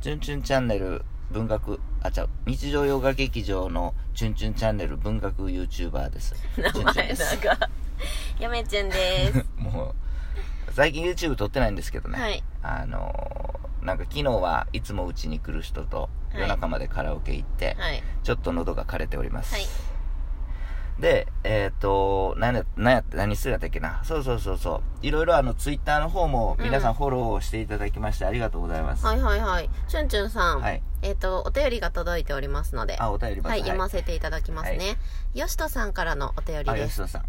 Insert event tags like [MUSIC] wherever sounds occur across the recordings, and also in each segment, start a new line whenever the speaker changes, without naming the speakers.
チュンチュンチャンネル文学、あ、ちゃう、日常洋画劇場のチュンチュンチャンネル文学 YouTuber です。チュ
名
ンチュン
前
です
なんかやめちゃんです
もう、最近 YouTube 撮 [LAUGHS] ってないんですけどね。
はい
あのーなんか昨日はいつもうちに来る人と
い
夜中までカラオケ行って、
はい
ちょっと喉が枯れております。
はい
で、えっ、と、何や、何や、何するやったっけな。そうそうそうそう。いろいろあの、ツイッターの方も皆さんフォローしていただきましてありがとうございます。
はいはいはいチュンチュンさん、
はい
えっ、とお便りが届いておりますので
あ、お便りま
は
す。
い、読ませていただきますね。よしとさんからのお便り
あ、
です。
吉田さん。あ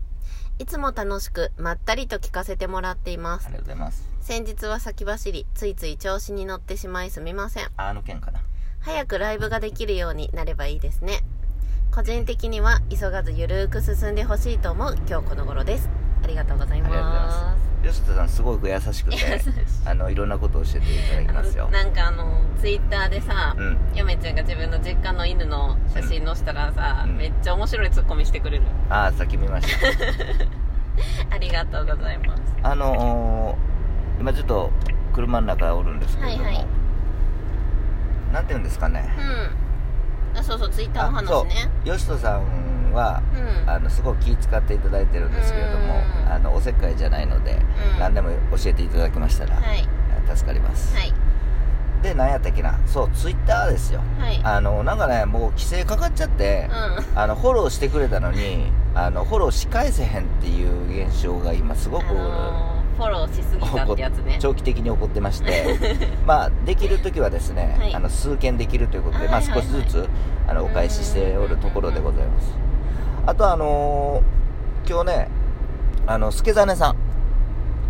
いつも楽しく、まったりと聞かせてもらっていま
りが。
す
とうございます。
先日は先走り、ついつい調子に乗ってしまいすみません。
ああの件かな。
早くライブができるようになればいいですね。個人的には、急がずゆるーく進んでほしいと思う今日この頃です。ありがとうござい
ありがとうござい
ま。
ます吉田さん、すごく優しくて
優しい、
あの、いろんなことを教えていただきますよ。
なんかあの、ツイッターでさ
う、ん。
やめちゃんが自分の実家の犬の写真載せたらさ、
うん
めっちゃ面白いツッコミしてくれる。
ああ、さっき見ました。
ありがとうございます。
あのー今ちょっと車の中おるんですけれども、
はいはい
なんていうんですかね、
うんあそうそうツイッターの
あそ
話
う
ね
吉人さんは
うんうん
あのすごく気使っていただいてるんですけれども
う、ん
あのおせっかいじゃないので、何でも教えていただきましたら、
はい
助かります。
はい
で、何やったっけな、そう、ツイッターですよ。
はい
あのなんかね、もう規制かかっちゃって、
う
あのフォローしてくれたのにあのフォローし返せへんっていう現象が今すごく、
んあのーフォローしすぎたってやつね
長期的に起こってまして
[LAUGHS]
まあできる時はですね、
はい
あの数件できるということで、まあ、
はい
少
はいはい
しずつあのお返ししておるところでございますあとあのー今日ねあの助真さん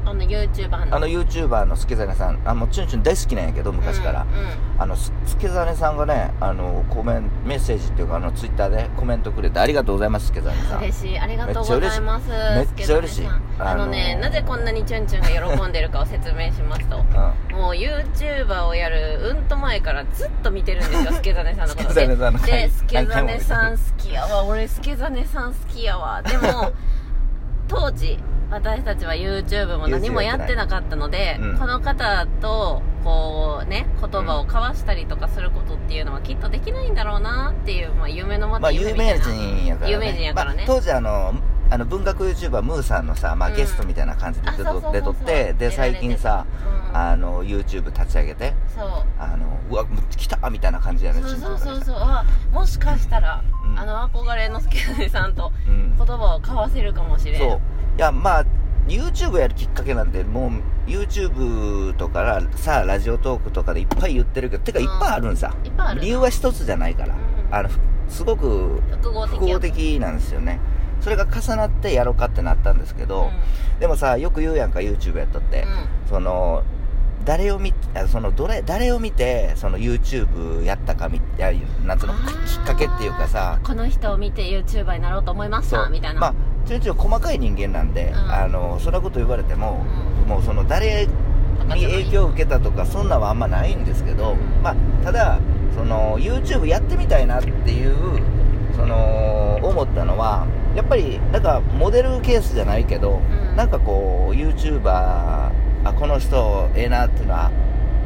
あの YouTuber の
あの YouTuber の助真さんあもうチュンチュン大好きなんやけど昔から、
うんうん
あのす助真さんがねあのコメンメッセージっていうかあのツイッターでコメントくれてありがとうございます助真さん
嬉しいありがとうございます
めっちゃ嬉しい
助田さん
あ
あ
のー
のねなぜこんなにチュンチュンが喜んでるかを説明しま
[LAUGHS]
すと
うん
もう YouTuber をやるうんと前からずっと見てるんで
[LAUGHS]
すよ助真さんのこと
助真さんの回
で、スケザ
何回
ネ
も
さん好きやわ。俺、スケザネさん好きやわ。で
[LAUGHS]
も、当時、私たちは YouTube も何もやってなかったの
YouTube やっ
で、
てないうん
この方と、こうね、言葉を交わしたりとかすることっていうのはきっとできないんだろうなっていう、まあ、夢のま
ま
た
あ
夢
有
みたい
名人やから
な。
ね
有名人やからね
まあ、当時あのあの文学 YouTuber ムーさんのさ、まあ、
うん
ゲストみたいな感じで
あ
出
そうそうそう
と
そう
出とって
出られ
で
て
最近さ
うん
あの YouTube 立ち上げて
そう。
あのうわもう来たみたいな感じやね
そうそ
チ
う
ンチ
そ
ン
う
が
そう。あ、もしかしたら、
うん
あの憧れのスケザネさんと
うん
言葉を交わせるかもしれん。
そういやまあ YouTube やるきっかけなんでもう YouTube とかさラジオトークとかでいっぱい言ってるけどてか
う
い
ん
っぱいあるんさ、
いっぱいあるな
理由は一つじゃないから、
うん
あのふすごく
複合的
複
や
合的なんですよねそれが重なってやろうかってなったんですけ
うん
ど、でもさよく言うやんか YouTube やっとって、その誰を見あそのどれ誰を見てその YouTube やったかみやなんつうの
あ
き
ー
きっかけっていうかさ
この人を見て YouTuber になろうと思いましたみたいな、
まあちょいちょい細かい人間なんで、
ん
あのそんなこと言われても、もうその誰に
赤じゃない
影響を受けたとかそんなんはあんまないんですけど、
うん
まあただその YouTube やってみたいなっていうその思ったのはやっぱりなんかモデルケースじゃないけど、
うん
なんかこう YouTuber あこの人ええなっていうのは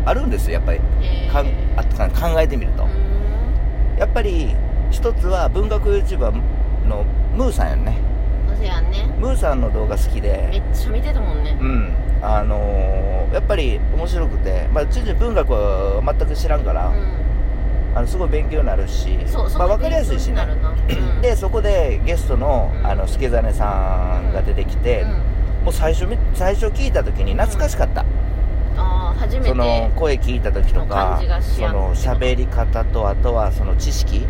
あるんですよやっぱり
へー
かんあとか考えてみると、
う
やっぱり一つは文学 YouTuber のムーさんやんね
んそうやんね
ムーさんの動画好き
め
で
っちゃ見てたもんね
うんあのーやっぱり面白くてまあちょいちょい文学は全く知らんから、
う
あのすごい勉強になるし
んそうそ
まあ、
こ
分かりやすいし
勉強
な
になるな、うん、
でそこでゲストの
うん
あの助真さんが出てきて、
うん
もう最初み最初聞いた時に懐かしかった、
ああ初めて
その声聞いた時とか
の感じがし
そ
やん
の喋り方とあとはその知識
うん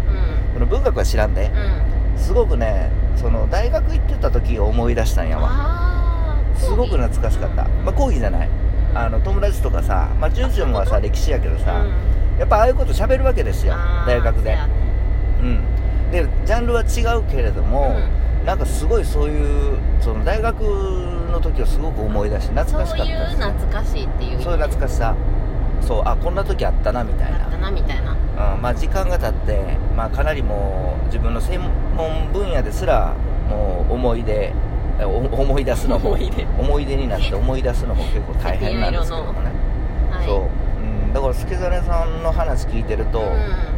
この文学は知らんで
うん
すごくねその大学行ってた時を思い出したんやわ
ああ
すごく懐かしかったまあ講義じゃないあの友達とかさまあジュンジュンはさ
あそう
歴史やけどさ、
うん
やっぱああいうこと喋るわけですよ
あー
大学
そう
で
やね
うんでジャンルは違うけれども、なんかすごいそういうその大学の時をすごく思い出して懐かし
そう
かった
い
で
う
すね
懐かしいっていう
そういう懐
か
かしさそうあこんな時あったなみたいな
だったなみたいな
うんまあ、時間が経って、まあ、かなりもう自分の専門分野ですらもう思い出えお思い出すのも
[LAUGHS] 思い出
思い出になって思い出すのも結構大変なんですけどもね、
はい
そう、うん、だから助真さんの話聞いてると、
うん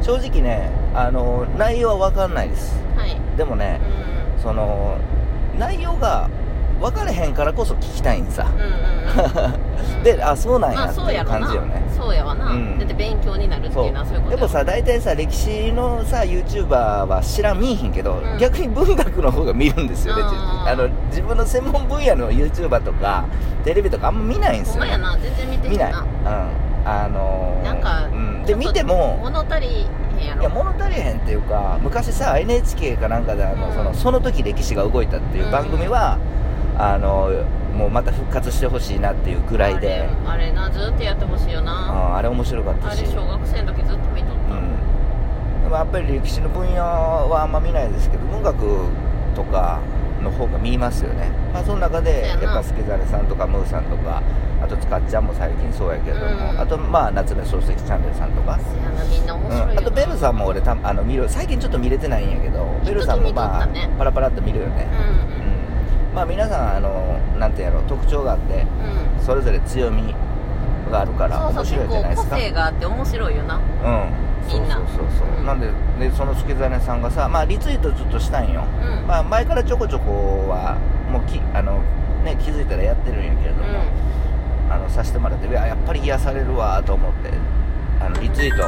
正直ねあの内容は分かんないです
はい
でもね、その内容が分かれへんからこそ聞きたいんさ
うん、うんうんうん
であそうなんや
まあ
って
そう
い
や
う
ろ
感
な
じよね
そうやわな、
うん
だって勉強になるっていうのはそういう
で
ことやろ
もさ大体さ歴史のさ YouTuber は知らん見えへんけど、
うん
逆に文学の方が見るんですよね
あー
あの自分の専門分野の YouTuber とかテレビとかあんま見ないんで
ほ
す
ん
よ
まやな全然見て
見
へん
ない、うん
な、
あのー
なんか
うん、
ち
で
ょっと
見ても
物足りへんや
い
ろ
や物足りへんっていうか昔さ NHK かなんかであの、
うん
そのその時歴史が動いたっていう番組は、あのもうまた復活してほしいなっていうぐらいで
あれあれなずっとやってほしいよ
あ
な
ああれ面白かっ
あ
たし
れ小学生の時ずっと見とっ
う
た、
んでもやっぱり歴史の分野はあんま見ないですけど文学とかの方が見ますよね、まあ、その中で
そうやな
やっぱ助真さんとかムーさんとかあとつかっちゃんも最近そうやけども、
うん
あとまあ夏目漱石チャンネルさんとか
せやなみんな面白いよな、
うん、あとベルさんも俺たあの見る最近ちょっと見れてないんやけど
一時
ベルさんもまあ、
見とったね
パラパラっと見るよ
う
ね、うん
ん
まあ皆さんあのなんてやろう特徴があって
うんうん
それぞれ強みがあるから面
そうそう
白い
結
じゃないで
構
す
個
か
性があって面白いよな
うんそう
みんな
そうそうそう、
うん
なんででその助真さんがさまあリツイートちょっとしたんよ、
うん、
まあ前からちょこちょこはもうきあのね気づいたらやってるんやけれども、
うん
あのさせてもらっていややっぱり癒されるわと思ってあのリツイート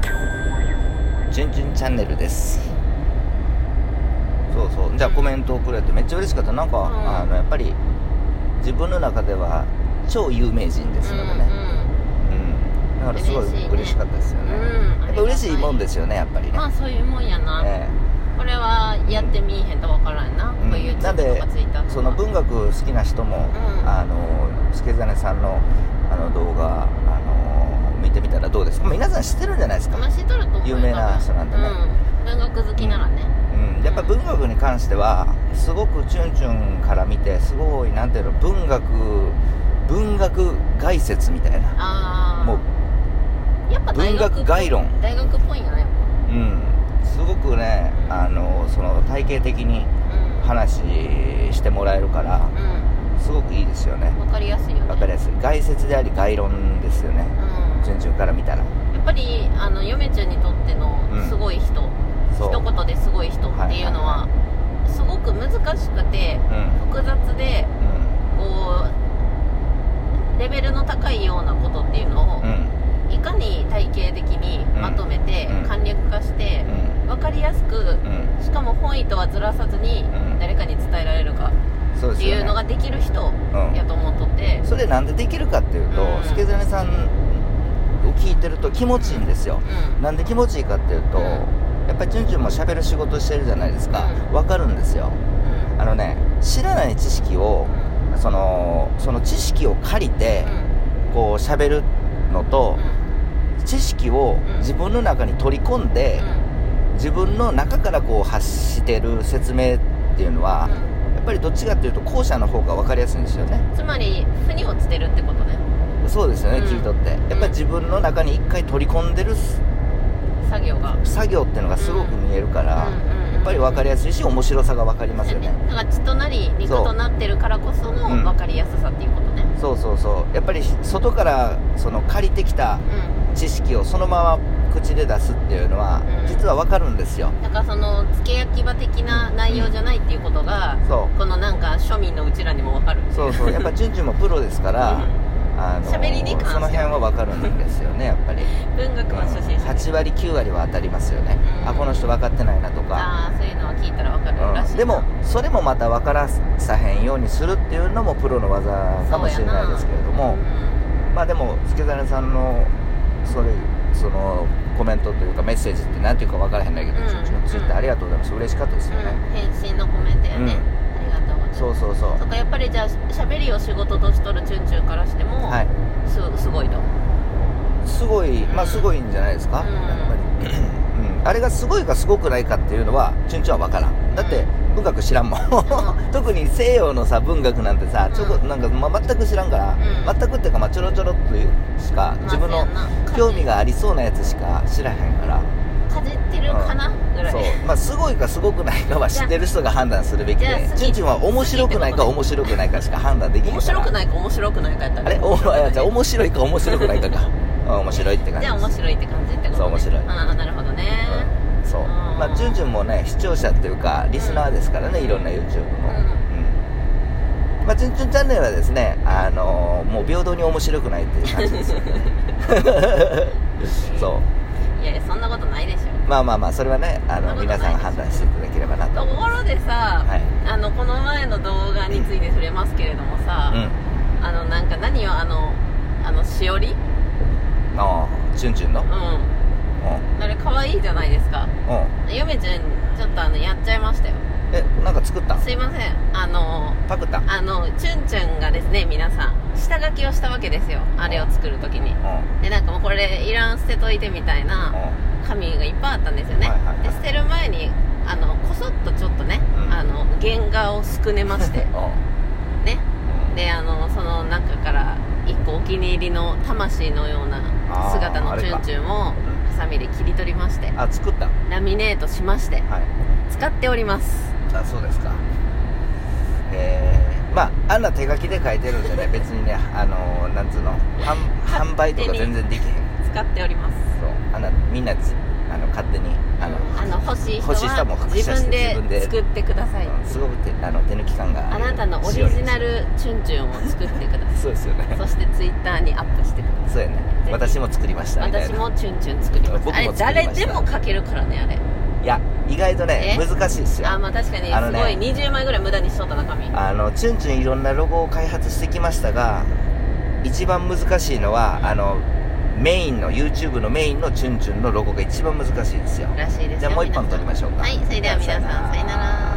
「じゅんじゅんチャンネル」ですそうそうじゃあコメントをくれてめっちゃ嬉しかったなんか、
ん
あのやっぱり自分の中では超有名人ですのでねうん、だからすごい
嬉しいね
嬉しかったですよ
うん
ね
うん、
やっぱ嬉しいもん
で
ですよねやっぱりね、
まあそういうもんやな、
え
これはやってみいへんとわからんな、
うん
こういう YouTube
なんで
とか Twitter と
え
か
その文学好きな人も、
うん
あの助真さんのあの動画あの見てみたらどうですか皆さん知ってるんじゃないですか、
まあ知っとると思うよ
有名な人なんでね
うん、文学好きならね、
うん、やっぱ文学に関してはすごくチュンチュンから見てすごいなんていうの文学文学概説みたいな
ああ
もう
やっぱ大学
文学概論
大学っぽいんやね
うんすごくねあのその体系的に
う
話してもらえるから
んう
すごくいいですよね
んわかりやすいよね
わかり
や
やすい概説であり概論ですよねチュンチュンから見たら
うん、やっぱりあの嫁ちゃんにとっての
うん
すごい人、
そう
一言ですごい人っていうのは,、
は
すごく難しくて
うん
複雑で
う
こうレベルの高いようなことっていうのを、
んうん
いかに体系的にまとめて、
うん
簡略化して
う、ん
わかりやすく
うん
しかも本意とはずらさずに
うん
誰かに伝えられるか
そう
っ
で
て
すよ
い
ね
うのができる人
うん
やと思っとって
それなんでできるかっていうと、
うん
助真さんを聞いてると気持ちいいんですよ
う、ん
なんで気持ちいいかっていうと、
うん
やっぱりチュンチュンも喋る仕事してるじゃないですか
う
わ、かるんですよあのね知らない知識をそのその知識を借りてこう喋るのと知識を自分の中に取り込んで自分の中からこう発してる説明っていうのはやっぱりどっちかっていうと後者の方が分かりやすいんですよね
つまり腑に落ちてるってことね
そうですよね、
うん
切り取ってやっぱり自分の中に一回取り込んでるす
作業が
作業っていうのがすごく見えるから、や
や
っぱり分かりやすいし面白さが分かりますよね
だから血となり肉となってるからこその
そううん
分かりやすさっていうことね
そうそうそうやっぱり外からその借りてきた
う
知識をそのまま口で出すっていうのは
うん
実は分かるんですよ
んだからそのつけ焼き場的な内容じゃないっていうことが
そ
このなんか庶民のうちらにも分かる
うそうそうやっぱチュンチュンもプロですからあの
喋りに関しては
その辺は分かるんですよねやっぱり
文学は初心者
8割9割は当たりますよね
うん
あこの人分かってないなとか
ああそういうのは聞いたら分かるらしいな、
うんでもそれもまた分からさへんようにするっていうのもプロの技かもしれないですけれど
うん
もまあでも助真さんのそれそのコメントというかメッセージって何ていうか分からへんだけど、
うん
ちょちょツイッターありがとうございます嬉しかったですよね、
返信のコメントやね、
うん
ありがとうございます
そうそうそう
そっかやっぱりじゃあしゃべりを仕事としとるチュンチュンからしても、
はい
すすごいと
すごいまあすごいんじゃないですか、
うん
やっぱり、うん、あれがすごいかすごくないかっていうのはチュンチュンは分からんだって文学知らんもん [LAUGHS] 特に西洋のさ文学なんてさちょこ
うん
なんか、まあ、全く知らんから、
うん
全くっていうか、まあ、ちょろちょろっというしか自分の
まあそうやんな
興味がありそうなやつしか知らへんから
かじかじってるるかなぐらい
そうまあすごいかすごくないかは知ってる人が判断するべき
じゃあじゃ
で
あ
ちんちんは面白くないか
好き
面白くないかしか判断できない
面白く
い
ないか面白くないかやった
あれおあじゃあ面白いか面白くないか
[LAUGHS]
かうん面白いって感
じ
じ
ゃあ面白いって感じってこと、ね、
そう面白い
ああなるほどね、
うんそうまあじゅんじゅんもね視聴者っていうかリスナーですからね、いろんな YouTube も、うんまあ、じゅんじゅんチャンネルはですね、あのーもう平等に面白くないっていう感じですよね
[LAUGHS]
そう
いやいやそんなことないでしょ
まあまあまあそれはねあの
そんな
皆
ことない
さん判断していただければなと
と
思い
こ
ます
ろでさ、
はい
あのこの前の動画について触れますけれどもさ、
うん
あのなんか何よあのあのしおり
ああチュンチュンのう
うんんあれ可愛いじゃないですか
うん
ゆめちゃんちょっとあのやっちゃいましたよ
えなんか作った
すいませんあの
パクったうん
あのチュンチュンがですね皆さん下書きをしたわけですよあれを作るときに
うん
でなんかもうこれいらん捨てといてみたいな紙がいっぱいあったんですよね、
はいはいはい
で捨てる前にあのこそっとちょっとね、
うん
あの原画をすくねましてねであのその中から一個お気に入りの魂のような
あー
姿
あ
のチ
れか
ュンチュンをハサミで切り取りまして
うんあ作った
ラミネートしまして
はい
使っております
あそうですかえー、まああんな手書きで書いてるんじゃね別にねあのーなんつうの販販売とか全然できへん
使っております
そうあんなみんなつあの勝手にあの、
あの欲しい人
欲しい人はもう
は
複
自
写して
分で
自分で
作ってください
うんすごくてあの手抜き感が
あ
る
なたのオリジナルチュンチュンを作ってください
そうですよね
そしてツイッターにアップしてください
そうやね
ひ
私も作りましたみたいな
私もチュンチュン作りました
僕も
あ
作り
れ
ました
誰でも書けるからねあれ
いや意外とね
え
難しいですよ
あまあ確かに
あの
す
ね
ごい20枚ぐらい無駄にしとったな紙
あのチュンチュンいろんなロゴを開発してきましたが一番難しいのはあのメインの YouTube のメインのチュンチュンのロゴが一番難しいんですよ
らしいですよ
じゃあもう一本撮りましょうか
皆さんはいそれでは皆さんさよなら